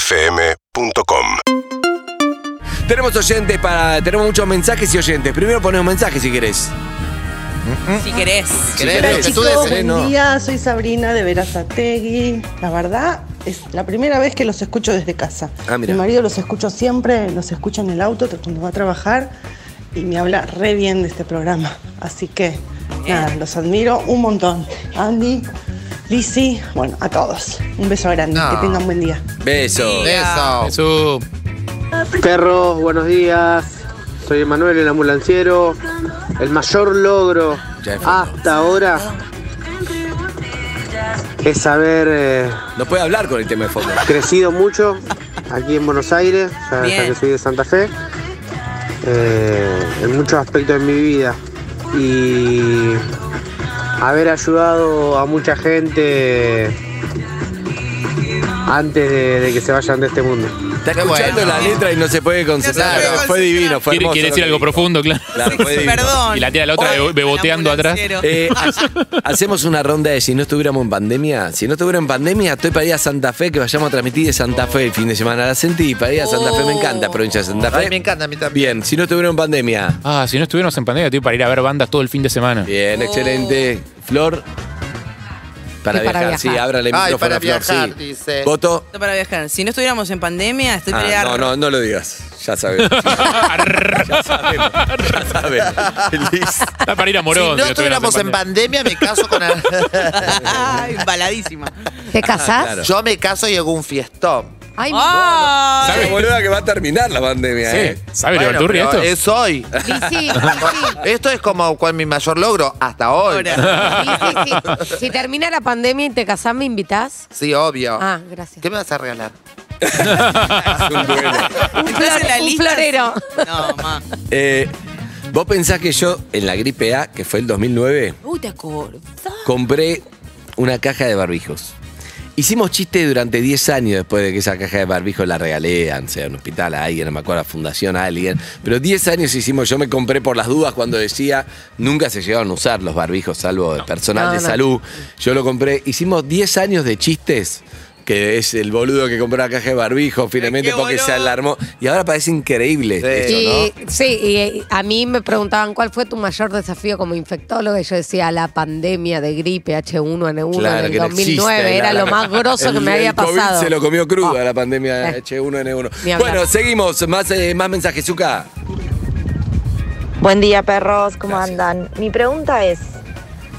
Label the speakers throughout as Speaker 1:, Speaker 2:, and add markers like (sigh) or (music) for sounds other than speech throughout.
Speaker 1: UrbanaPlayFM.com
Speaker 2: Tenemos oyentes para. Tenemos muchos mensajes y oyentes. Primero ponemos mensajes si querés.
Speaker 3: Si querés.
Speaker 4: Hola
Speaker 2: Lo que tú
Speaker 4: chicos,
Speaker 2: desees,
Speaker 4: buen
Speaker 2: ¿no?
Speaker 4: día, soy Sabrina de Verazategui. La verdad, es la primera vez que los escucho desde casa.
Speaker 2: Ah, mira.
Speaker 4: Mi marido los escucho siempre, los escucha en el auto tra- cuando va a trabajar y me habla re bien de este programa. Así que, nada, los admiro un montón. Andy, Lizzy, bueno, a todos. Un beso grande,
Speaker 5: No.
Speaker 4: que tengan buen día.
Speaker 2: Beso.
Speaker 5: Eso.
Speaker 6: Jesús.
Speaker 7: Perros, buenos días. Soy Emanuel, el ambulanciero. El mayor logro
Speaker 2: Ya es fondo.
Speaker 7: hasta ahora es haber eh,
Speaker 2: Nos puede hablar con el tema de fondo.
Speaker 7: crecido mucho aquí en Buenos Aires, ya, ya
Speaker 3: Bien.
Speaker 7: que soy de Santa Fe, eh, en muchos aspectos de mi vida. Y haber ayudado a mucha gente antes de- de que se vayan de este mundo.
Speaker 2: Está
Speaker 5: Qué
Speaker 2: escuchando
Speaker 5: bueno.
Speaker 2: la letra y no se puede concentrar.
Speaker 5: No se
Speaker 2: pero
Speaker 5: puede
Speaker 2: fue
Speaker 3: concentrar.
Speaker 2: divino, fue
Speaker 6: Quiere,
Speaker 2: hermoso
Speaker 6: quiere
Speaker 2: lo
Speaker 6: decir
Speaker 2: que
Speaker 6: algo
Speaker 2: dijo.
Speaker 6: profundo, claro.
Speaker 2: Claro, fue divino.
Speaker 3: Perdón.
Speaker 6: Y la tía de la otra
Speaker 3: Hoy,
Speaker 6: beboteando
Speaker 3: el
Speaker 6: atrás.
Speaker 3: ambulanciero.
Speaker 2: Eh, ha- hacemos una ronda de si no estuviéramos en pandemia. Si no estuviéramos en pandemia, estoy para ir a Santa Fe, que vayamos a transmitir de Santa Fe el fin de semana. La sentí, para ir a Santa Fe me encanta, provincia de Santa
Speaker 5: Ay, me
Speaker 2: Fe.
Speaker 5: encanta a mí también.
Speaker 2: Bien, si no estuviéramos en pandemia.
Speaker 6: Ah, si no estuviéramos en pandemia, estoy para ir a ver bandas todo el fin de semana.
Speaker 2: Bien,
Speaker 3: Oh.
Speaker 2: excelente. Flor. Para
Speaker 8: Es para
Speaker 2: viajar,
Speaker 8: viajar.
Speaker 2: sí, ábrale el
Speaker 5: Ay,
Speaker 2: micrófono
Speaker 5: para
Speaker 2: a Flor,
Speaker 5: viajar,
Speaker 2: sí.
Speaker 5: dice.
Speaker 2: Voto.
Speaker 3: Esto para viajar. Si no estuviéramos en pandemia, estoy para ir
Speaker 2: Ah,
Speaker 3: a-
Speaker 2: no, no, no lo digas. Ya
Speaker 8: (laughs)
Speaker 2: sabemos.
Speaker 6: Ah,
Speaker 2: ya sabemos. Ya
Speaker 5: (laughs)
Speaker 2: sabemos. Liz.
Speaker 6: Está para ir a Morón.
Speaker 5: si no estuviéramos en pandemia, me caso
Speaker 2: (laughs)
Speaker 3: (laughs)
Speaker 5: con.
Speaker 3: Ay, baladísima.
Speaker 8: ¿Te casás?
Speaker 2: Ah, claro.
Speaker 5: (laughs) Yo me caso y hago un fiestón.
Speaker 8: Ay,
Speaker 3: Ah. Ay.
Speaker 2: Sabe, boluda, que va a terminar la pandemia, ¿eh?
Speaker 6: Sí. ¿Sabe lo
Speaker 5: Bueno,
Speaker 6: Alturria
Speaker 5: pero
Speaker 6: Ah, esto?
Speaker 2: (laughs)
Speaker 5: Es
Speaker 8: mi
Speaker 5: hoy.
Speaker 8: amor. Lizzy, Lizzy.
Speaker 5: Esto es como cual mi mayor logro hasta hoy.
Speaker 2: (laughs)
Speaker 3: Ahora.
Speaker 8: Sí, sí, sí. Si termina la pandemia y te casás, ¿me invitás?
Speaker 5: Sí, obvio.
Speaker 8: Ah, gracias.
Speaker 5: ¿Qué me vas a regalar?
Speaker 2: Es un duelo.
Speaker 3: Estás en la
Speaker 8: Un
Speaker 3: lista.
Speaker 8: florero.
Speaker 3: No, ma.
Speaker 2: Eh, ¿Vos pensás que yo en la gripe A, que fue el 2009,
Speaker 3: Uy, te acordás.
Speaker 2: compré una caja de barbijos? Hicimos chistes durante 10 años después de que esa caja de barbijos la regalé a, no sé, a un hospital, a alguien, no me acuerdo, a la fundación, a alguien. Pero 10 años hicimos, yo me compré por las dudas cuando decía, nunca se llegaron a usar los barbijos, salvo de personal
Speaker 8: No,
Speaker 2: de
Speaker 8: no.
Speaker 2: salud. Yo lo compré, hicimos 10 años de chistes, que es el boludo que compró la caja de barbijos finalmente
Speaker 3: qué
Speaker 2: porque se
Speaker 3: boludo.
Speaker 2: alarmó. Y ahora parece increíble
Speaker 5: Sí.
Speaker 2: eso,
Speaker 8: Y,
Speaker 2: ¿no?
Speaker 8: Sí, y eh, a mí me preguntaban cuál fue tu mayor desafío como infectóloga y yo decía la pandemia de gripe H1N1
Speaker 2: Claro,
Speaker 8: del
Speaker 2: que no existe,
Speaker 8: 2009, era
Speaker 2: la-
Speaker 8: lo más grosso
Speaker 2: el-
Speaker 8: que me había
Speaker 2: el COVID
Speaker 8: pasado.
Speaker 2: se lo comió cruda la pandemia
Speaker 8: Eh. Ni
Speaker 2: H1N1.
Speaker 8: hablar.
Speaker 2: Bueno, seguimos. Más, eh, más mensajes, Zuka.
Speaker 9: Buen día, perros, ¿cómo
Speaker 2: Gracias.
Speaker 9: andan? Mi pregunta es,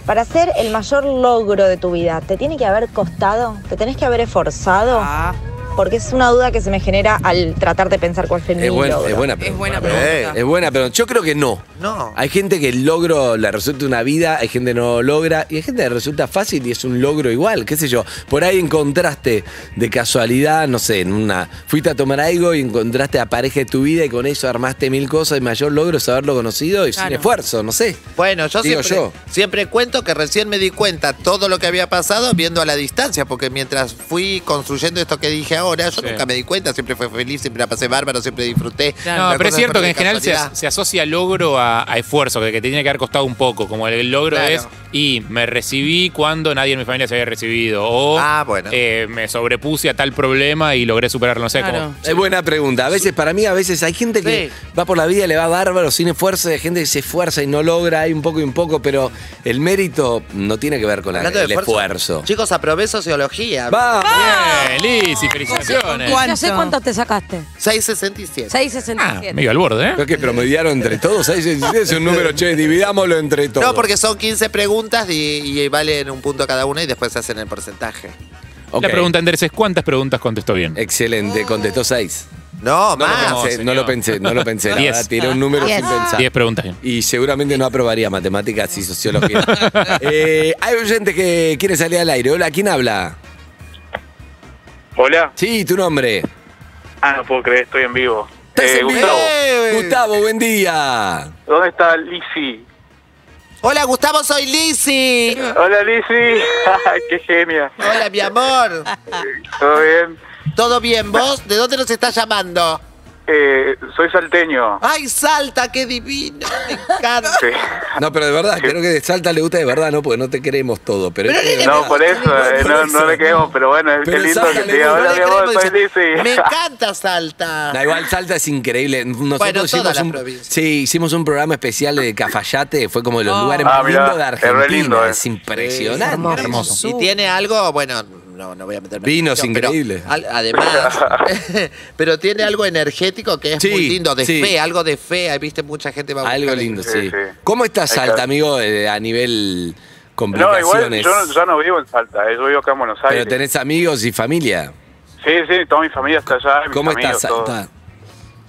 Speaker 9: para hacer el mayor logro de tu vida, ¿te tiene que haber costado? ¿Te tenés que haber esforzado?
Speaker 3: Ah,
Speaker 9: Porque es una duda que se me genera al tratar de pensar cuál fue mi
Speaker 2: Es, buen-
Speaker 9: logro.
Speaker 2: es buena
Speaker 3: es
Speaker 2: pregunta.
Speaker 3: buena
Speaker 5: Eh.
Speaker 3: pregunta.
Speaker 2: Es buena pregunta. Yo creo que no.
Speaker 5: No.
Speaker 2: Hay gente que el logro le resulta una vida, hay gente que no lo logra, y hay gente que le resulta fácil y es un logro igual, qué sé yo. Por ahí encontraste de casualidad, no sé, en una. Fuiste a tomar algo y encontraste a pareja de tu vida y con eso armaste mil cosas y mayor logro es haberlo conocido y sin
Speaker 3: Claro.
Speaker 2: esfuerzo, no sé.
Speaker 5: Bueno, yo
Speaker 2: Digo
Speaker 5: siempre,
Speaker 2: yo.
Speaker 5: siempre cuento que recién me di cuenta todo lo que había pasado viendo a la distancia, porque mientras fui construyendo esto que dije ahora, yo
Speaker 6: Sí.
Speaker 5: nunca me di cuenta, siempre fue feliz, siempre la pasé bárbaro, siempre disfruté.
Speaker 3: Claro.
Speaker 6: No,
Speaker 5: Las
Speaker 6: pero es
Speaker 5: cosas
Speaker 6: cierto
Speaker 5: por
Speaker 6: que en general se,
Speaker 5: casualidad.
Speaker 6: se asocia logro a, a esfuerzo, que, que te tiene que haber costado un poco. Como el, el logro
Speaker 5: Claro.
Speaker 6: es, y me recibí cuando nadie en mi familia se había recibido. O
Speaker 5: Ah, bueno.
Speaker 6: eh, me sobrepuse a tal problema y logré superarlo. No sé,
Speaker 3: Claro.
Speaker 6: como-
Speaker 2: Es buena pregunta. A veces, para mí, a veces hay gente que va por la vida y le va bárbaro, sin esfuerzo, hay gente que se esfuerza y no logra, hay un poco y un poco, pero el mérito no tiene que ver con la-
Speaker 5: Hablando de
Speaker 2: el esfuerzo.
Speaker 5: Chicos, aprobé sociología.
Speaker 2: ¡Vamos!
Speaker 6: Bien, Liz, y
Speaker 3: ¿Con
Speaker 6: felicitaciones.
Speaker 3: cuál?
Speaker 8: No sé cuántos te sacaste.
Speaker 2: Ah,
Speaker 5: 667.
Speaker 8: 6.67.
Speaker 6: Ah, medio al borde, ¿eh?
Speaker 2: Creo que promediaron entre todos. Ahí se- Es un número, che, dividámoslo entre todos.
Speaker 5: No, porque son 15 preguntas y, y valen un punto cada una y después se hacen el porcentaje.
Speaker 2: Ok.
Speaker 6: La pregunta, Andrés, es ¿cuántas preguntas contestó bien?
Speaker 2: Excelente, contestó seis.
Speaker 5: No,
Speaker 2: No,
Speaker 5: más. Eh,
Speaker 2: lo,
Speaker 6: no,
Speaker 2: pensé, no
Speaker 6: señor.
Speaker 2: lo pensé, no lo pensé. la
Speaker 6: (laughs) Diez.
Speaker 2: verdad, tiré un número
Speaker 8: Diez.
Speaker 2: sin pensar.
Speaker 6: Diez preguntas.
Speaker 2: Y seguramente no aprobaría matemáticas y
Speaker 10: (laughs)
Speaker 2: sociología. Eh, hay oyente que quiere salir al aire. Hola, ¿quién habla?
Speaker 10: Hola.
Speaker 2: Sí, tu nombre.
Speaker 10: Ah, no puedo creer, estoy en vivo.
Speaker 2: ¿Estás
Speaker 10: Eh,
Speaker 2: en vivo?
Speaker 10: Gustavo,
Speaker 2: Eh. Gustavo, buen día.
Speaker 10: ¿dónde está Lizzy?
Speaker 5: Hola, Gustavo, soy Lizzy.
Speaker 10: Hola Lizzy, (laughs) qué genia.
Speaker 5: Hola, mi amor.
Speaker 10: ¿Todo bien?
Speaker 5: ¿Todo bien? ¿Vos? ¿De dónde nos estás llamando?
Speaker 10: Eh, soy salteño.
Speaker 5: ¡Ay, Salta, qué divino! Me encanta.
Speaker 10: Sí.
Speaker 2: No, pero de verdad, creo que de Salta le gusta de verdad, no, porque no te queremos todo. Pero, este es que-
Speaker 10: No, por eso, eh, no, no le creemos, pero bueno, es
Speaker 2: Pero
Speaker 10: es lindo
Speaker 2: Salta
Speaker 10: que
Speaker 2: le
Speaker 10: te diga,
Speaker 2: gusta,
Speaker 10: hola,
Speaker 5: No
Speaker 10: mi
Speaker 5: le
Speaker 10: amor, soy
Speaker 5: creemos,
Speaker 10: Lizzy.
Speaker 5: dice, Me encanta Salta.
Speaker 2: Da igual, Salta es increíble. Nosotros
Speaker 5: Bueno, toda
Speaker 2: hicimos
Speaker 5: la
Speaker 2: un,
Speaker 5: provincia.
Speaker 2: sí, hicimos un programa especial de Cafayate, fue como de los
Speaker 3: Oh.
Speaker 2: lugares
Speaker 10: Ah,
Speaker 2: más
Speaker 10: mirá,
Speaker 2: lindos de
Speaker 10: es re
Speaker 2: Argentina.
Speaker 10: lindo, eh.
Speaker 2: Es impresionante.
Speaker 8: hermoso.
Speaker 6: Hermoso.
Speaker 5: Y tiene algo, bueno, no, no voy a meterme. en
Speaker 2: Vinos
Speaker 5: cuestión, pero
Speaker 2: increíbles.
Speaker 5: al-
Speaker 2: (laughs)
Speaker 5: además, (laughs) pero tiene algo energético que es
Speaker 2: Sí,
Speaker 5: muy lindo, de
Speaker 2: sí.
Speaker 5: fe, algo de fe. Ahí viste, mucha gente va a
Speaker 2: Algo
Speaker 5: buscar-
Speaker 2: lindo,
Speaker 10: Sí,
Speaker 2: sí.
Speaker 10: sí.
Speaker 2: ¿Cómo está Salta,
Speaker 10: Exacto.
Speaker 2: amigo, eh, a nivel
Speaker 10: No, igual
Speaker 2: complicaciones?
Speaker 10: yo, yo no vivo en Salta, eh, yo vivo acá en Buenos Aires.
Speaker 2: Pero tenés amigos y familia.
Speaker 10: Sí, sí, toda mi familia está allá, mis
Speaker 2: ¿Cómo está
Speaker 10: amigos, todo.
Speaker 2: Salta? (clears throat)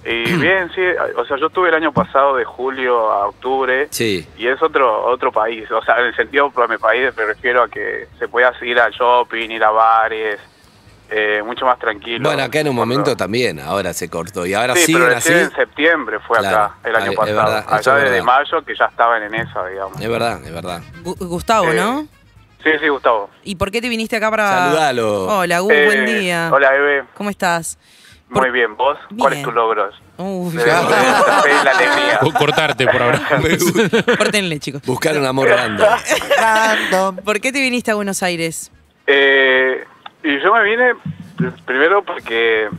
Speaker 10: Y bien, sí, o sea, yo estuve el año pasado de julio a octubre
Speaker 2: Sí.
Speaker 10: y es otro otro país, o sea, en el sentido para mi país me refiero a que se podía ir al shopping, ir a bares, eh, mucho más tranquilo.
Speaker 2: Bueno, acá en un
Speaker 10: Cuando-
Speaker 2: momento también, ahora se cortó. ¿Y ahora
Speaker 10: Sí, pero
Speaker 2: siguen así?
Speaker 10: recién en septiembre fue
Speaker 2: Claro, Ah,
Speaker 10: acá, el año
Speaker 2: es
Speaker 10: pasado.
Speaker 2: verdad, eso
Speaker 10: Allá
Speaker 2: es
Speaker 10: desde
Speaker 2: verdad.
Speaker 10: mayo que ya estaban en esa, digamos.
Speaker 2: Es verdad, es verdad.
Speaker 3: Gu- Gustavo,
Speaker 10: Eh,
Speaker 3: ¿no?
Speaker 10: Sí, sí, Gustavo.
Speaker 3: ¿Y por qué te viniste acá para...?
Speaker 2: Saludalo.
Speaker 3: Hola, Gu,
Speaker 10: Eh,
Speaker 3: buen día.
Speaker 10: Hola, Eve.
Speaker 3: ¿Cómo estás?
Speaker 10: Muy
Speaker 3: Por-
Speaker 10: bien, ¿vos? ¿Cuál es
Speaker 3: Bien.
Speaker 10: tu logro?
Speaker 3: Uy, (laughs)
Speaker 10: De- de- de- la alegría. (laughs)
Speaker 6: O cortarte por ahora.
Speaker 2: (laughs)
Speaker 3: Córtenle, chicos.
Speaker 2: Buscar un amor
Speaker 10: (laughs)
Speaker 2: random.
Speaker 5: Random.
Speaker 3: ¿Por qué te viniste a Buenos Aires?
Speaker 10: Eh, y yo me vine pr- primero porque,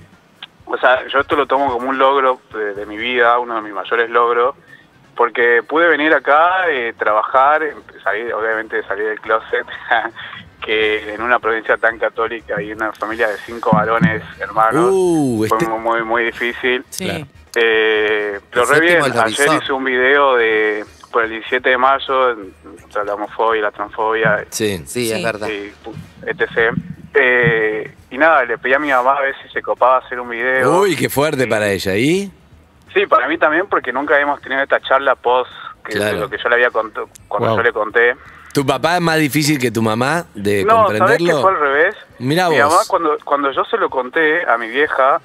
Speaker 10: o sea, yo esto lo tomo como un logro de, de mi vida, uno de mis mayores logros, porque pude venir acá, eh, trabajar, em- salir, obviamente salir del closet, (laughs) que en una provincia tan católica y una familia de cinco varones hermanos,
Speaker 2: Uh,
Speaker 10: fue
Speaker 2: este-
Speaker 10: muy, muy, muy difícil.
Speaker 3: Sí.
Speaker 2: Claro.
Speaker 10: Eh, pero
Speaker 5: El
Speaker 10: re bien,
Speaker 5: séptimo es la
Speaker 10: ayer
Speaker 5: visón.
Speaker 10: hice un video de por el 17 de mayo, en- contra la homofobia y la transfobia,
Speaker 2: Sí.
Speaker 5: Sí,
Speaker 3: Sí.
Speaker 5: es verdad.
Speaker 10: y pu- etc. Eh, y nada, le pedí a mi mamá a ver si se copaba hacer un video.
Speaker 2: Uy, qué fuerte para ella. ¿Y?
Speaker 10: Sí, para mí también, porque nunca hemos tenido esta charla post, que es
Speaker 2: Claro.
Speaker 10: lo que yo le había contado, cuando
Speaker 6: Wow.
Speaker 10: yo le conté.
Speaker 2: ¿Tu papá es más difícil que tu mamá de
Speaker 10: no, ¿sabes que
Speaker 2: comprenderlo?
Speaker 10: fue al revés?
Speaker 2: Mirá
Speaker 10: mi
Speaker 2: vos.
Speaker 10: mamá, cuando, cuando yo se lo conté a mi vieja,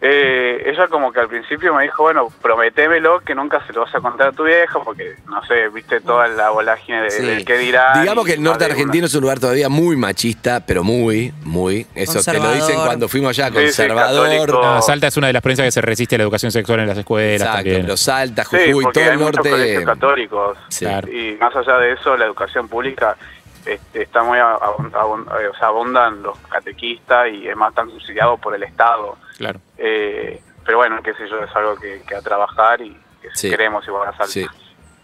Speaker 10: eh, ella como que al principio me dijo, bueno, prometémelo que nunca se lo vas a contar a tu vieja, porque, no sé, viste toda la volágine de,
Speaker 5: Sí.
Speaker 10: del qué dirá.
Speaker 2: Digamos que el norte argentino es un lugar todavía muy machista, pero muy, muy. Eso te lo dicen
Speaker 3: Conservador.
Speaker 2: cuando fuimos allá,
Speaker 10: Sí, sí,
Speaker 2: conservador.
Speaker 10: católico.
Speaker 6: No, Salta es una de las provincias que se resiste a la educación sexual en las escuelas
Speaker 2: Exacto,
Speaker 6: también.
Speaker 2: pero Salta,
Speaker 10: Sí,
Speaker 2: Jujuy,
Speaker 10: porque
Speaker 2: todo
Speaker 10: hay
Speaker 2: el
Speaker 10: muchos
Speaker 2: norte.
Speaker 10: colegios católicos.
Speaker 2: Sí.
Speaker 6: Claro.
Speaker 10: Y más allá de eso, la educación pública este, está muy a- abun- abun- eh, o sea, abundan los catequistas y es más tan subsidiado por el Estado.
Speaker 6: Claro.
Speaker 10: Eh, pero bueno, qué sé yo, es algo que, que a trabajar y que
Speaker 2: Sí.
Speaker 10: queremos igual a Salta.
Speaker 2: Sí.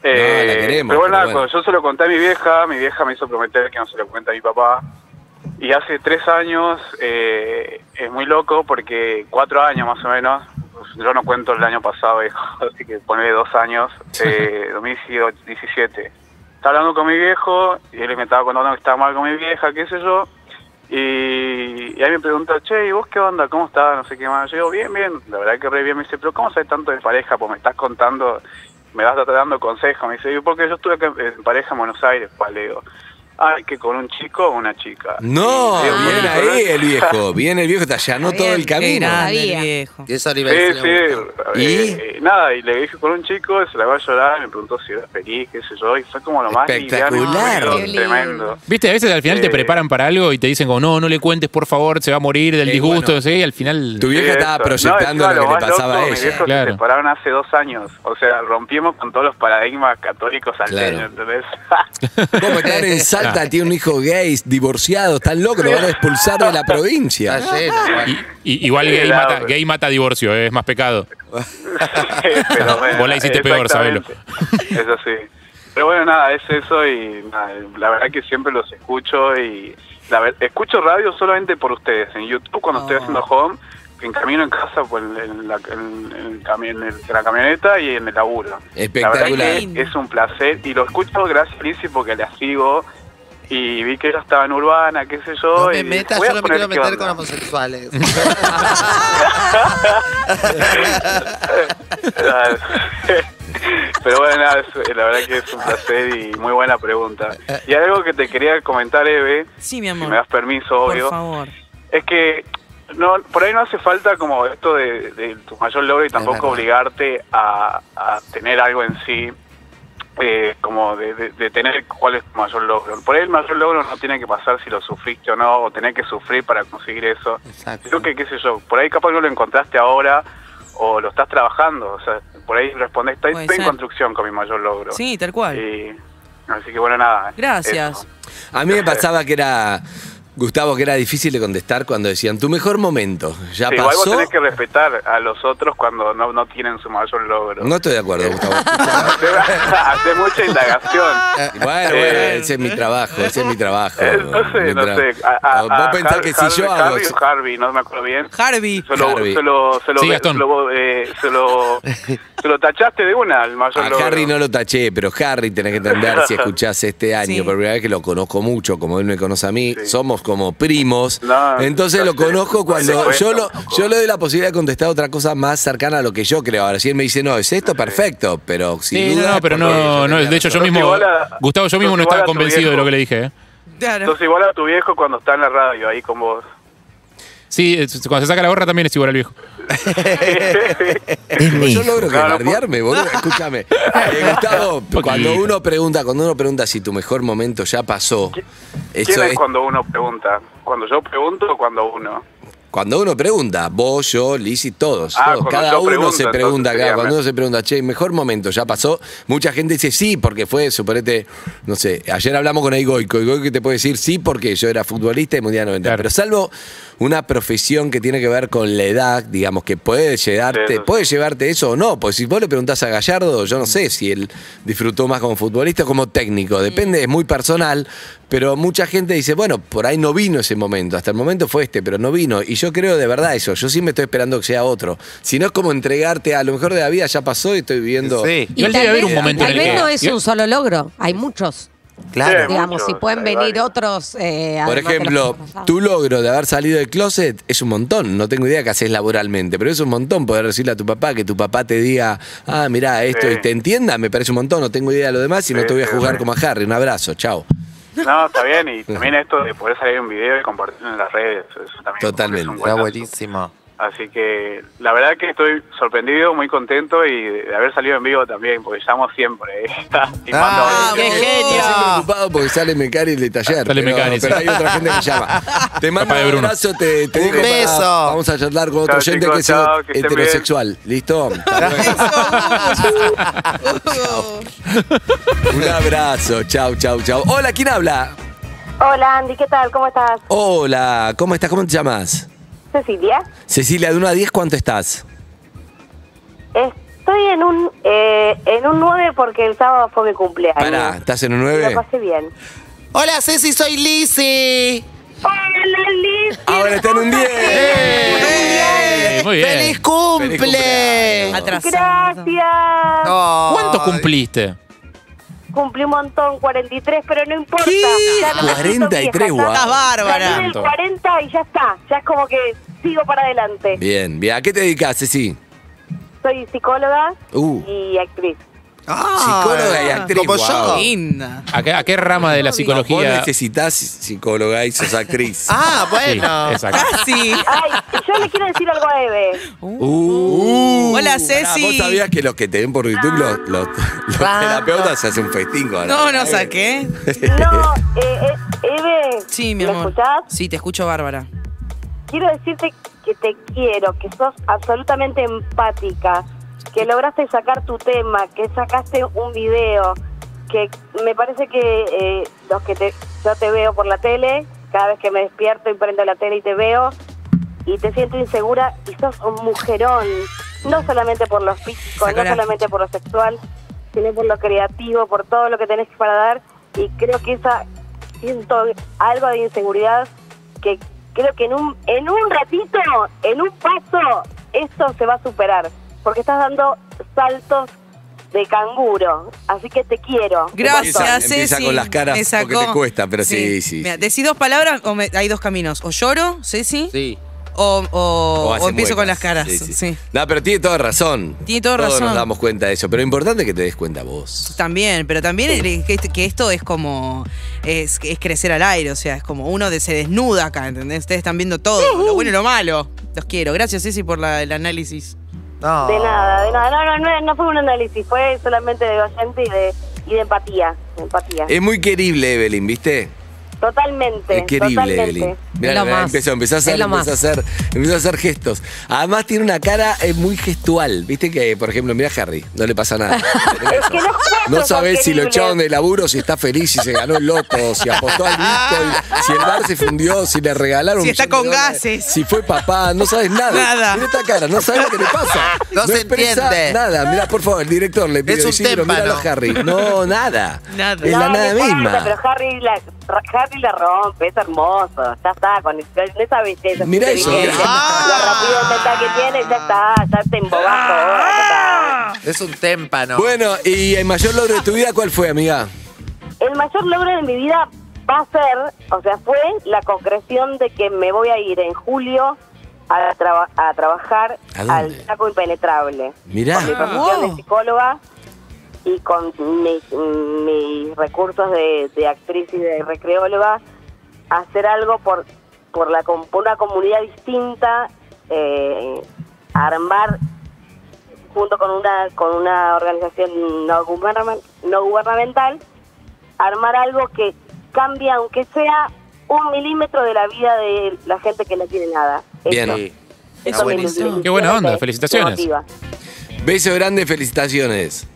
Speaker 10: Eh,
Speaker 2: No, la queremos,
Speaker 10: pero bueno,
Speaker 2: pero
Speaker 10: nada,
Speaker 2: bueno.
Speaker 10: cuando yo se lo conté a mi vieja, mi vieja me hizo prometer que no se lo cuente a mi papá. Y hace tres años, eh, es muy loco porque cuatro años más o menos, yo no cuento el año pasado, hijo, (laughs) así que ponle dos años, eh, 2017. Estaba hablando con mi viejo y él me estaba contando que estaba mal con mi vieja, qué sé yo. Y, y ahí me pregunta, che, ¿y vos qué onda? ¿Cómo estás? No sé qué más. Yo digo, bien, bien. La verdad que re bien. Me dice, pero ¿cómo sabes tanto de pareja? Pues me estás contando, me vas dando consejos. Me dice, "Y porque yo estuve acá en pareja en Buenos Aires, ¿cuál? Le digo, ay, que con un chico o una chica.
Speaker 2: No,
Speaker 10: Y digo,
Speaker 2: bien
Speaker 10: "Bueno,
Speaker 2: ahí
Speaker 10: pero-".
Speaker 2: el viejo. Bien el viejo, te allanó
Speaker 8: Está
Speaker 2: todo el
Speaker 8: bien,
Speaker 3: Qué
Speaker 2: camino.
Speaker 8: era.
Speaker 3: grande, el
Speaker 8: Sabía.
Speaker 3: viejo.
Speaker 5: Eso le iba a
Speaker 10: Sí,
Speaker 5: decir a
Speaker 10: sí,
Speaker 5: Gustavo.
Speaker 10: eh, nada, y le dije con un chico, se la va a llorar, me preguntó si era feliz, qué sé yo, y fue como lo más liviano,
Speaker 2: Espectacular.
Speaker 10: pero
Speaker 8: Qué lindo.
Speaker 10: tremendo.
Speaker 6: Viste, a veces al final te
Speaker 10: Eh.
Speaker 6: preparan para algo y te dicen como, no, no le cuentes, por favor, se va a morir del
Speaker 2: Eh,
Speaker 6: disgusto,
Speaker 2: bueno.
Speaker 6: no sé, y al final...
Speaker 2: Tu vieja
Speaker 10: Sí,
Speaker 2: estaba
Speaker 10: eso.
Speaker 2: proyectando
Speaker 10: No, encima
Speaker 2: lo que le
Speaker 10: más
Speaker 2: pasaba
Speaker 10: loco,
Speaker 2: a
Speaker 10: mis viejos
Speaker 2: ella.
Speaker 6: Claro.
Speaker 10: se separaron hace dos años. O sea, rompimos con todos los paradigmas católicos al
Speaker 2: Claro.
Speaker 10: ¿entendés?
Speaker 2: ¿Cómo están en Salta? Tiene un hijo gay, divorciado, están locos, lo van a expulsar de la provincia.
Speaker 5: Está lleno.
Speaker 6: Y- y- igual
Speaker 10: Sí,
Speaker 6: gay,
Speaker 10: (laughs) claro,
Speaker 6: mata,
Speaker 10: pero-
Speaker 6: gay mata divorcio, eh, es más pecado.
Speaker 10: (laughs) Pero bueno,
Speaker 6: Vos la hiciste peor, sabelo.
Speaker 10: exactamente. Eso sí. Pero bueno, nada, es eso y nada, la verdad que siempre los escucho y la ver- escucho radio solamente por ustedes. En YouTube cuando estoy
Speaker 3: Oh.
Speaker 10: haciendo home, en camino en casa, pues en, en la, en- en el cami- en el- en la camioneta y en el laburo.
Speaker 2: Espectacular.
Speaker 10: La verdad que es un placer y lo escucho, gracias Lizzy, porque la sigo y vi que ella estaba en Urbana, qué sé yo.
Speaker 5: No
Speaker 10: y
Speaker 5: me metas,
Speaker 10: voy a
Speaker 5: yo no me
Speaker 10: poner
Speaker 5: quiero
Speaker 10: qué
Speaker 5: meter con
Speaker 10: onda.
Speaker 5: homosexuales.
Speaker 10: (laughs) (laughs) Pero bueno, nada, es- la verdad que es un placer y muy buena pregunta. Y algo que te quería comentar, Eve,
Speaker 3: Sí, mi
Speaker 10: si
Speaker 3: amor.
Speaker 10: me das permiso, obvio,
Speaker 3: Por favor.
Speaker 10: es que no, por ahí no hace falta como esto de, de tu mayor logro y tampoco
Speaker 5: verdad.
Speaker 10: obligarte a, a tener algo en sí, eh, como de, de- de tener cuál es tu mayor logro. Por ahí el mayor logro no tiene que pasar si lo sufriste o no, o tener que sufrir para conseguir eso.
Speaker 5: Exacto.
Speaker 10: Creo que, qué sé yo, por ahí capaz no lo encontraste ahora o lo estás trabajando. O sea, por ahí respondés, estoy,
Speaker 3: Puede
Speaker 10: estoy en
Speaker 3: ser.
Speaker 10: construcción con mi mayor logro.
Speaker 3: Sí, tal cual.
Speaker 10: Y- así que bueno, nada.
Speaker 3: Gracias.
Speaker 10: eh, eso.
Speaker 2: A mí me pasaba que era, Gustavo, que era difícil de contestar cuando decían, tu mejor momento, ya
Speaker 10: Sí, Igual vos
Speaker 2: pasó.
Speaker 10: tenés que respetar a los otros cuando no, no tienen su mayor logro.
Speaker 2: No estoy de acuerdo,
Speaker 10: (laughs)
Speaker 2: Gustavo.
Speaker 10: Hace, hace mucha indagación.
Speaker 2: Bueno, bueno, ese es mi trabajo, ese es mi trabajo.
Speaker 10: (laughs) No sé,
Speaker 2: Mi
Speaker 10: no
Speaker 2: tra-
Speaker 10: sé. A, a-
Speaker 2: Vos
Speaker 10: a
Speaker 2: pensás
Speaker 10: Har-
Speaker 2: que si yo
Speaker 10: Harvey-
Speaker 2: hago...
Speaker 10: Harvey o Harvey, no me acuerdo bien.
Speaker 3: Harvey.
Speaker 10: Se lo,
Speaker 2: Harvey.
Speaker 10: se lo, se lo,
Speaker 6: Sí,
Speaker 10: se
Speaker 6: Gastón.
Speaker 10: lo, eh,
Speaker 2: (laughs)
Speaker 10: se lo- se lo tachaste de una al mayor
Speaker 2: A
Speaker 10: logro.
Speaker 2: Harry no lo taché, pero Harry tenés que entender
Speaker 10: (laughs)
Speaker 2: si escuchás este año,
Speaker 3: Sí.
Speaker 2: por primera vez que lo conozco mucho, como él me conoce a mí, somos como primos.
Speaker 10: No,
Speaker 2: Entonces
Speaker 10: no
Speaker 2: lo
Speaker 10: sé,
Speaker 2: conozco
Speaker 10: no
Speaker 2: cuando
Speaker 10: sé cuesta
Speaker 2: yo lo,
Speaker 10: tampoco.
Speaker 2: yo le doy la posibilidad de contestar otra cosa más cercana a lo que yo creo. Ahora si él me dice, no, es esto, perfecto, pero sin
Speaker 6: Sí, no,
Speaker 2: duda,
Speaker 6: no, pero
Speaker 2: porque
Speaker 6: no,
Speaker 2: yo
Speaker 6: no,
Speaker 2: tenía
Speaker 6: de hecho yo
Speaker 2: razón.
Speaker 10: Sos
Speaker 6: mismo,
Speaker 10: igual a-
Speaker 6: Gustavo, yo
Speaker 10: sos
Speaker 6: mismo no
Speaker 10: igual
Speaker 6: estaba
Speaker 10: a tu
Speaker 6: convencido
Speaker 10: viejo.
Speaker 6: de lo que le dije. ¿eh?
Speaker 3: Claro.
Speaker 10: Sos igual a tu viejo cuando está en la radio, ahí con vos.
Speaker 6: Sí, es- cuando se saca la gorra también es igual al viejo.
Speaker 2: Pues Yo logro
Speaker 10: Claro, no
Speaker 2: gallardearme, boludo. Escúchame. Eh,
Speaker 10: (laughs)
Speaker 2: Gustavo, cuando uno pregunta, cuando uno pregunta si tu mejor momento ya pasó,
Speaker 10: ¿Quién
Speaker 2: eso
Speaker 10: es
Speaker 2: es
Speaker 10: cuando uno pregunta? ¿Cuando yo pregunto o cuando uno?
Speaker 2: Cuando uno pregunta, vos, yo, Liz y todos,
Speaker 10: Ah,
Speaker 2: todos,
Speaker 10: cuando
Speaker 2: cada
Speaker 10: yo
Speaker 2: uno
Speaker 10: pregunto,
Speaker 2: se pregunta,
Speaker 10: entonces
Speaker 2: claro,
Speaker 10: sería
Speaker 2: cuando
Speaker 10: me-
Speaker 2: uno se pregunta, che, mejor momento, ya pasó. Mucha gente dice sí, porque fue, suponete, no sé, ayer hablamos con Aigoico, Aigoico te puede decir sí porque yo era futbolista y mundial 90.
Speaker 6: Claro.
Speaker 2: Pero salvo una profesión que tiene que ver con la edad, digamos, que puede
Speaker 10: Sí,
Speaker 2: llegarte,
Speaker 10: eso sí.
Speaker 2: puede llevarte eso o no, pues si vos le preguntás a Gallardo, yo no sé si él disfrutó más como futbolista o como técnico, depende, es muy personal, pero mucha gente dice, bueno, por ahí no vino ese momento, hasta el momento fue este, pero no vino, y yo creo de verdad eso, yo sí me estoy esperando que sea otro, si no es como entregarte a lo mejor de la vida ya pasó y estoy viviendo...
Speaker 5: Sí,
Speaker 6: Igual debe haber un momento
Speaker 8: tal
Speaker 6: en el
Speaker 8: vez
Speaker 6: que-
Speaker 8: no es un solo logro, hay muchos.
Speaker 5: claro.
Speaker 10: Sí.
Speaker 8: digamos,
Speaker 10: muchos,
Speaker 8: si pueden
Speaker 10: hay
Speaker 8: venir
Speaker 10: varios.
Speaker 8: otros. eh,
Speaker 2: Por
Speaker 8: además de los
Speaker 2: ejemplo,
Speaker 8: que hemos pasado.
Speaker 2: tu logro de haber salido del closet es un montón. No tengo idea qué haces laboralmente, pero es un montón poder decirle a tu papá que tu papá te diga, ah, mirá, esto
Speaker 10: Sí.
Speaker 2: y te entienda, me parece un montón. No tengo idea de lo demás y no
Speaker 10: Sí,
Speaker 2: te voy a
Speaker 10: sí,
Speaker 2: jugar
Speaker 10: sí.
Speaker 2: como a Harry. Un abrazo, chao.
Speaker 10: No, está bien, y también esto de poder salir un video y compartirlo en las redes. Eso también
Speaker 2: Totalmente.
Speaker 10: es un
Speaker 5: Está
Speaker 10: buen
Speaker 5: buenísimo.
Speaker 10: Así que la verdad que estoy sorprendido, muy contento y de haber salido en vivo también, porque llamo siempre. ¿eh? (laughs) y mando
Speaker 5: Ah,
Speaker 10: audio.
Speaker 5: qué genio.
Speaker 2: Estoy
Speaker 10: Ah.
Speaker 2: preocupado porque sale Mecari el de taller.
Speaker 6: Sale
Speaker 2: pero,
Speaker 6: Mecari, sí.
Speaker 2: pero hay otra gente que llama.
Speaker 6: (laughs)
Speaker 2: Te mando
Speaker 6: Papá de
Speaker 2: un
Speaker 6: Bruno.
Speaker 2: abrazo, te, te
Speaker 5: Un
Speaker 2: dejo para-
Speaker 5: beso.
Speaker 2: Vamos a charlar con otro
Speaker 10: Chao,
Speaker 2: oyente
Speaker 10: chicos,
Speaker 2: que es
Speaker 10: chao, que estén
Speaker 2: heterosexual.
Speaker 10: (laughs)
Speaker 2: ¿Listo? Hasta luego. un abrazo. Chao, chao, chao. Hola, ¿quién habla?
Speaker 9: Hola Andy, ¿qué tal? ¿Cómo estás?
Speaker 2: Hola, ¿cómo estás? ¿Cómo te llamas?
Speaker 9: Cecilia.
Speaker 2: Cecilia, de 1 a 10, ¿cuánto estás?
Speaker 9: Estoy en un eh, en un 9 porque el sábado fue mi cumpleaños.
Speaker 2: Pará, ¿estás en un
Speaker 9: Lo
Speaker 2: 9?
Speaker 9: pasé bien.
Speaker 5: Hola, Ceci, soy Lizzy.
Speaker 9: Hola Liz.
Speaker 2: Ahora Ah, está en un 10.
Speaker 6: Eh, muy bien.
Speaker 5: ¡Feliz
Speaker 2: Feliz
Speaker 5: cumple!
Speaker 3: Atrasado.
Speaker 9: Gracias.
Speaker 5: Ay.
Speaker 6: ¿Cuánto cumpliste?
Speaker 9: Cumplí un montón, 43, pero no importa.
Speaker 2: ¿Qué?
Speaker 9: Ya no me siento
Speaker 2: 43,
Speaker 9: vieja,
Speaker 2: guau.
Speaker 9: ya
Speaker 3: Estás bárbara.
Speaker 9: Salí del 40 y ya está. Ya es como que sigo para adelante.
Speaker 2: Bien, bien. ¿A qué te dedicas, Ceci?
Speaker 9: Soy psicóloga
Speaker 2: Uh.
Speaker 9: y actriz.
Speaker 5: Ah,
Speaker 2: Psicóloga y actriz.
Speaker 5: Como
Speaker 2: guau.
Speaker 5: yo.
Speaker 3: Linda.
Speaker 6: ¿A qué, a qué rama de la
Speaker 2: Vos
Speaker 6: psicología?
Speaker 2: necesitas psicóloga y sos
Speaker 3: (laughs)
Speaker 2: actriz.
Speaker 5: Ah,
Speaker 6: Sí,
Speaker 5: bueno.
Speaker 6: exacto.
Speaker 3: Casi.
Speaker 10: (laughs)
Speaker 9: Ay, yo le quiero decir algo a Eve.
Speaker 2: Uh.
Speaker 3: Hola,
Speaker 2: Pará, ¿Vos
Speaker 3: Ceci. Ah.
Speaker 2: sabías que los que te ven por YouTube, los, los- los terapeutas se hacen festín con
Speaker 3: No, no saqué.
Speaker 9: No, eh, eh, Eve.
Speaker 3: Sí, mi
Speaker 9: ¿me
Speaker 3: amor.
Speaker 9: escuchás?
Speaker 3: Sí, te escucho, Bárbara.
Speaker 9: Quiero decirte que te quiero, que sos absolutamente empática, que lograste sacar tu tema, que sacaste un video, que me parece que eh, los que te, yo te veo por la tele, cada vez que me despierto y prendo la tele y te veo, y te siento insegura y sos un mujerón, no solamente por lo físico,
Speaker 3: Sakura.
Speaker 9: no solamente por lo sexual, sino por lo creativo, por todo lo que tenés para dar, y creo que esa siento algo de inseguridad que creo que en un, en un ratito, en un paso, esto se va a superar, porque estás dando saltos de canguro, así que te quiero. un
Speaker 3: Gracias,
Speaker 2: Empieza-
Speaker 3: Ceci.
Speaker 2: empieza con las caras
Speaker 3: Me sacó.
Speaker 2: porque te cuesta, pero sí, sí,
Speaker 3: Mira,
Speaker 2: sí.
Speaker 3: decí dos palabras o me- hay dos caminos. O lloro, Ceci,
Speaker 5: Sí.
Speaker 3: o, o-
Speaker 2: O hacen
Speaker 3: o empiezo con
Speaker 2: huecas.
Speaker 3: las caras.
Speaker 2: Sí,
Speaker 3: Sí,
Speaker 2: sí. No, pero tiene toda razón.
Speaker 3: Tiene toda
Speaker 2: Todos
Speaker 3: razón.
Speaker 2: nos damos cuenta de eso. Pero lo importante es que te des cuenta vos.
Speaker 3: También, pero también el- que, que esto es como. Es, es crecer al aire, o sea, es como uno de- se desnuda acá, ¿entendés? Ustedes están viendo todo, lo bueno y lo malo. Los quiero. Gracias, Ceci, por la- el análisis.
Speaker 5: No.
Speaker 9: De nada, de nada. No, no, no, no fue un análisis, fue solamente de oyente y de, y de empatía. de empatía.
Speaker 2: Es muy querible, Evelyn, ¿viste?
Speaker 4: Totalmente.
Speaker 2: Es querible,
Speaker 4: totalmente.
Speaker 2: Evelyn. Mirá,
Speaker 11: Es lo
Speaker 2: mirá,
Speaker 11: más.
Speaker 2: empezó, empezó a
Speaker 11: Es
Speaker 2: hacer,
Speaker 11: lo
Speaker 2: empezó a
Speaker 11: más.
Speaker 2: hacer, empezó a hacer gestos. Además tiene una cara eh, muy gestual. Viste que, por ejemplo, mira Harry, no le pasa
Speaker 4: (laughs)
Speaker 2: nada.
Speaker 4: Es que los cuatro
Speaker 2: No sabés
Speaker 4: son
Speaker 2: si lo
Speaker 4: queribles.
Speaker 2: echaron de laburo, si está feliz, si se ganó el loto, si apostó al Bitcoin, si el bar se fundió, si le regalaron
Speaker 3: Si
Speaker 2: un
Speaker 3: está
Speaker 2: millón de
Speaker 3: con
Speaker 2: dólares,
Speaker 3: gases.
Speaker 2: Si fue papá, no sabes nada.
Speaker 3: Nada.
Speaker 2: Mira esta cara, no sabes lo que le pasa.
Speaker 5: No se
Speaker 2: expresa
Speaker 5: entiende.
Speaker 2: Nada, mira, por favor, el director le pido
Speaker 5: un
Speaker 2: Isidro,
Speaker 5: témpano.
Speaker 2: míralo a Harry. No, nada.
Speaker 3: Nada.
Speaker 2: Es la
Speaker 4: No, no
Speaker 2: nada
Speaker 4: importa,
Speaker 2: misma.
Speaker 4: Pero Harry la, Harry la rompe, es hermoso. Ya está, con, con esa belleza.
Speaker 2: Mirá
Speaker 4: esa
Speaker 2: eso,
Speaker 4: inteligencia,
Speaker 2: mirá.
Speaker 4: La rapidez mental que tiene, ya está, ya te embobaste. ahora,
Speaker 6: Ah.
Speaker 4: ya
Speaker 5: Es un témpano.
Speaker 2: Bueno, y el mayor logro de tu vida, ¿cuál fue, amiga?
Speaker 4: está. El mayor logro de mi vida va a ser, o sea, fue la concreción de que me voy a ir en julio a, traba- a trabajar
Speaker 2: ¿A dónde?
Speaker 4: al saco impenetrable.
Speaker 2: Mirá.
Speaker 4: Con mi
Speaker 6: Ah,
Speaker 4: profesión de psicóloga y con mi- mis recursos de, de actriz y de recreóloga, hacer algo por, por, la, com- por una comunidad distinta, eh, armar junto con una con una organización no, gubernamen- no gubernamental, armar algo que cambie, aunque sea un milímetro de la vida de la gente que no tiene nada.
Speaker 2: Bien.
Speaker 4: Eso-
Speaker 2: Sí.
Speaker 4: eso me
Speaker 6: buenísimo.
Speaker 4: ilusiona,
Speaker 6: Qué buena onda,
Speaker 4: me- me
Speaker 6: felicitaciones.
Speaker 4: motiva.
Speaker 2: Beso grande, felicitaciones.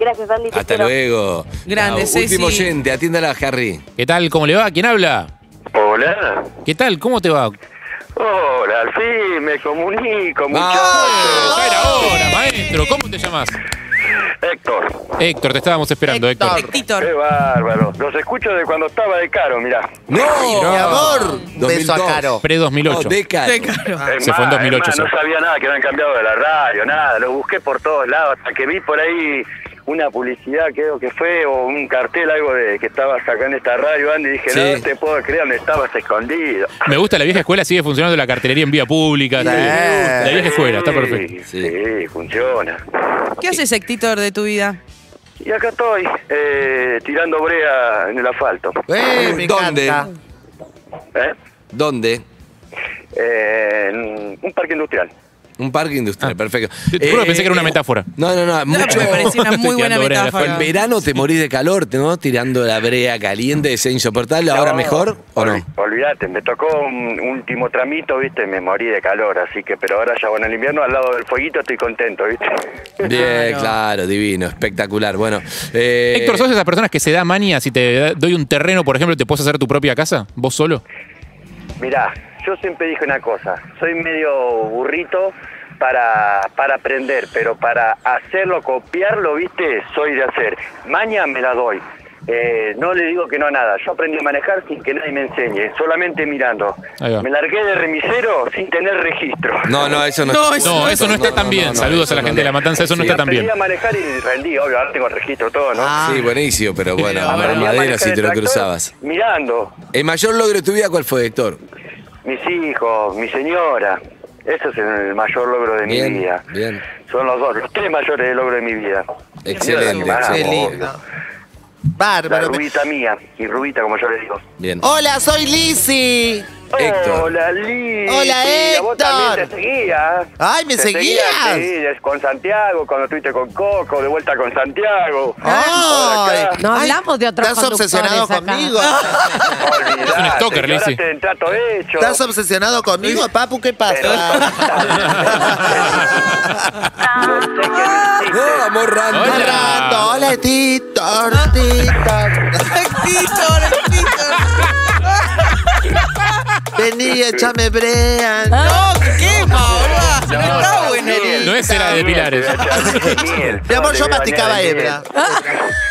Speaker 4: Gracias, Andy. te
Speaker 2: Hasta
Speaker 4: quiero.
Speaker 2: luego.
Speaker 3: Grande,
Speaker 2: Chau.
Speaker 3: Ceci.
Speaker 2: Último oyente, atiéndala, Harry.
Speaker 6: ¿Qué tal? ¿Cómo le va? ¿Quién habla?
Speaker 9: Hola.
Speaker 6: ¿Qué tal? ¿Cómo te va?
Speaker 9: Hola, sí, me comunico,
Speaker 2: Vamos.
Speaker 9: muchachos.
Speaker 6: Ya era hora, maestro. ¿Cómo te llamas?
Speaker 9: Héctor,
Speaker 6: Héctor, te estábamos esperando, Héctor.
Speaker 5: Héctor.
Speaker 9: qué
Speaker 3: Titor.
Speaker 9: bárbaro. Los escucho de cuando estaba de caro, mirá.
Speaker 2: ¡No!
Speaker 5: Mi amor. Un beso a
Speaker 2: 2002.
Speaker 5: Caro.
Speaker 2: No, de
Speaker 6: Pre-2008.
Speaker 2: Caro.
Speaker 3: Te caro.
Speaker 9: Es
Speaker 6: Ah, Se fue en
Speaker 9: más,
Speaker 6: 2008
Speaker 9: es más,
Speaker 6: eso.
Speaker 9: no sabía nada que habían cambiado de la radio, nada. Lo busqué por todos lados hasta que vi por ahí una publicidad, creo que fue, o un cartel, algo de que estabas acá en esta radio, Andy. y Dije,
Speaker 2: Sí.
Speaker 9: no te puedo creer, donde estabas escondido.
Speaker 6: Me gusta la vieja escuela, sigue funcionando la cartelería en vía pública.
Speaker 5: Sí.
Speaker 6: está bien. La vieja escuela, está
Speaker 9: Sí,
Speaker 6: perfecto.
Speaker 9: Sí, funciona.
Speaker 6: Ah,
Speaker 3: ¿Qué haces, Sectitor, de tu vida?
Speaker 9: Y acá estoy, eh, tirando brea en el asfalto.
Speaker 5: Eh, me
Speaker 2: ¿Dónde?
Speaker 5: encanta.
Speaker 9: ¿eh?
Speaker 2: ¿Dónde?
Speaker 9: Eh, en un parque industrial.
Speaker 2: Un parque industrial, perfecto.
Speaker 6: Ah.
Speaker 2: Eh,
Speaker 6: Te- te juro que pensé que era una metáfora.
Speaker 2: No, no, no.
Speaker 3: No,
Speaker 2: mucho-
Speaker 3: me pareció una
Speaker 6: Estoy
Speaker 3: muy buena
Speaker 6: tirando brea
Speaker 2: En
Speaker 6: de la
Speaker 3: metáfora.
Speaker 2: verano te morís de calor, ¿no? Tirando la brea caliente, es insoportable. ¿Ahora
Speaker 9: No,
Speaker 2: mejor o no?
Speaker 9: olvi- Olvídate, me tocó un último tramito, viste, me morí de calor, así que, pero ahora ya, bueno, el invierno al lado del fueguito estoy contento, viste. (laughs)
Speaker 2: Bien, claro, divino, espectacular. Bueno, eh,
Speaker 6: Héctor, ¿sos de esas personas que se da manía si te da- doy un terreno, por ejemplo, te puedes hacer tu propia casa? ¿Vos solo?
Speaker 9: Mirá, yo siempre dije una cosa, soy medio burrito para, para aprender, pero para hacerlo, copiarlo, viste, soy de hacer. Maña me la doy. Eh, no le digo que no a nada, yo aprendí a manejar sin que nadie me enseñe, solamente mirando.
Speaker 6: Ahí va.
Speaker 9: Me largué de remisero sin tener registro.
Speaker 2: No, no, eso no,
Speaker 3: No,
Speaker 2: está-
Speaker 3: eso
Speaker 6: No, eso no está tan bien. Saludos
Speaker 2: eso
Speaker 6: a la
Speaker 2: no,
Speaker 6: gente de
Speaker 2: no.
Speaker 6: La Matanza, eso no
Speaker 2: Sí,
Speaker 6: está tan
Speaker 9: Aprendí
Speaker 6: bien.
Speaker 9: a manejar y rendí, obvio, ahora tengo el registro todo, ¿no?
Speaker 5: Ah,
Speaker 2: Sí, buenísimo, pero bueno,
Speaker 3: Pero,
Speaker 2: a Ah, la
Speaker 3: bueno,
Speaker 2: madera
Speaker 9: Manejar
Speaker 2: si
Speaker 9: el
Speaker 2: te lo
Speaker 9: tractor
Speaker 2: cruzabas.
Speaker 9: Mirando,
Speaker 2: ¿El mayor logro de tu vida cuál fue, Héctor?
Speaker 9: mis hijos, mi señora. Eso es el mayor logro de
Speaker 2: Bien,
Speaker 9: mi vida.
Speaker 2: bien.
Speaker 9: Son los dos, los tres mayores logros de mi vida.
Speaker 2: Excelente,
Speaker 9: Mi señora, que me amo,
Speaker 2: excelente.
Speaker 9: obvio. La
Speaker 5: Bárbaro.
Speaker 9: rubita mía, y rubita como yo le digo.
Speaker 2: Bien.
Speaker 5: Hola, soy Lizzy.
Speaker 2: Héctor.
Speaker 9: Hola, Liz.
Speaker 5: Hola,
Speaker 9: Sí, a vos
Speaker 5: Héctor.
Speaker 9: también te seguía. ¿eh?
Speaker 5: Ay, me
Speaker 9: Te seguía,
Speaker 5: seguías.
Speaker 9: Sí, es con Santiago, cuando estuviste con Coco, de vuelta con Santiago.
Speaker 5: Ay,
Speaker 9: Ahora Ah, acá.
Speaker 11: No hablamos de otros
Speaker 5: Estás obsesionado
Speaker 11: conductores acá.
Speaker 5: conmigo.
Speaker 9: Olvidate,
Speaker 6: un stalker,
Speaker 9: que ahora
Speaker 6: Lizzy.
Speaker 9: te entra todo hecho.
Speaker 5: Estás obsesionado conmigo, papu, ¿qué (laughs) pasa?
Speaker 9: No sé qué me hiciste.
Speaker 2: No, amor random.
Speaker 6: Hola.
Speaker 5: Narrando, hola, Titor,
Speaker 6: (laughs)
Speaker 5: Titor.
Speaker 3: Sectitor,
Speaker 5: Vení, échame brean.
Speaker 3: No, que quema, boluda. No,
Speaker 6: Ah. No,
Speaker 3: está
Speaker 6: no,
Speaker 3: bueno.
Speaker 6: No es era de Pilares.
Speaker 5: Mi amor, yo masticaba hebra.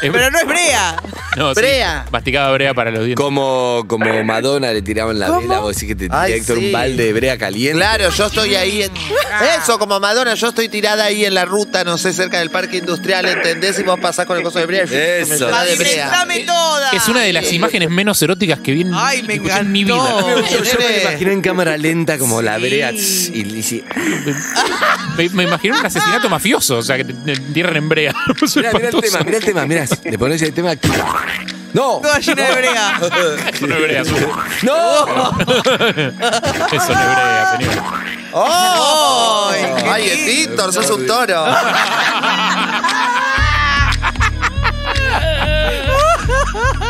Speaker 6: Es-
Speaker 3: Pero no es brea.
Speaker 6: no, sí.
Speaker 5: Brea.
Speaker 6: Masticaba brea para los dientes.
Speaker 2: Como, como Madonna le tiraban la vela, vos decís que te tira
Speaker 5: Ay,
Speaker 2: Héctor un
Speaker 5: sí.
Speaker 2: balde de brea caliente.
Speaker 5: Claro, yo estoy ahí en...
Speaker 6: Ah.
Speaker 5: Eso, como Madonna, yo estoy tirada ahí en la ruta, no sé, cerca del parque industrial, ¿entendés? Y vos pasás con el coso de brea.
Speaker 2: Eso.
Speaker 5: La de brea.
Speaker 3: Pavimentame toda.
Speaker 6: Es una de las imágenes menos eróticas que vi en,
Speaker 3: Ay, me
Speaker 6: escuché en mi
Speaker 3: encantó.
Speaker 6: vida.
Speaker 2: Yo, yo me
Speaker 5: Nene.
Speaker 2: la imagino en cámara lenta como la brea tss, y, y si-
Speaker 6: Me, me imaginé un asesinato mafioso, o sea, que te te entierren en brea. (laughs) Es
Speaker 2: Mirá, mirá el
Speaker 6: espantoso.
Speaker 2: tema, mirá el tema, mirá. Le pones el tema. ¡No!
Speaker 3: Toda llena de brea.
Speaker 6: Eso no es brea, eso
Speaker 2: ¡No!
Speaker 6: no es brea, señor.
Speaker 5: ¡Oh! Ay, el Titor, sos un toro.
Speaker 2: Ah,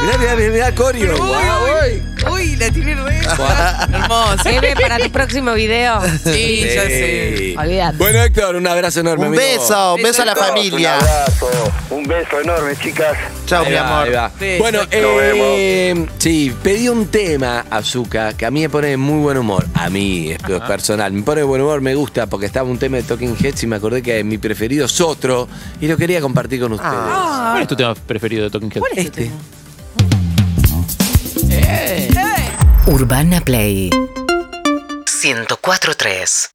Speaker 2: Mirá, mirá, mirá, mirá, Corio. Guau, uy.
Speaker 3: sí, la tiene re. Hermosa.
Speaker 8: Eve, para tu próximo video.
Speaker 3: Sí, ya sé.
Speaker 2: Sí.
Speaker 8: Olvídate.
Speaker 2: Bueno, Héctor, un abrazo enorme.
Speaker 5: Un
Speaker 2: amigo.
Speaker 5: beso, un beso a la familia.
Speaker 12: Un abrazo, un beso enorme, chicas.
Speaker 5: Chao,
Speaker 2: Ahí
Speaker 5: mi
Speaker 2: va,
Speaker 5: amor.
Speaker 2: ahí va.
Speaker 3: Sí,
Speaker 2: bueno,
Speaker 3: nos
Speaker 2: eh, sí, pedí un tema, Azuka, que a mí me pone de muy buen humor. A mí, es personal. Me pone de buen humor, me gusta, porque estaba un tema de Talking Heads y me acordé que mi preferido es otro y lo quería compartir con ustedes.
Speaker 6: ¿Cuál Ah, es tu tema preferido de Talking Heads?
Speaker 3: ¿Cuál es
Speaker 2: Este.
Speaker 3: este?
Speaker 13: Urbana Play 104.3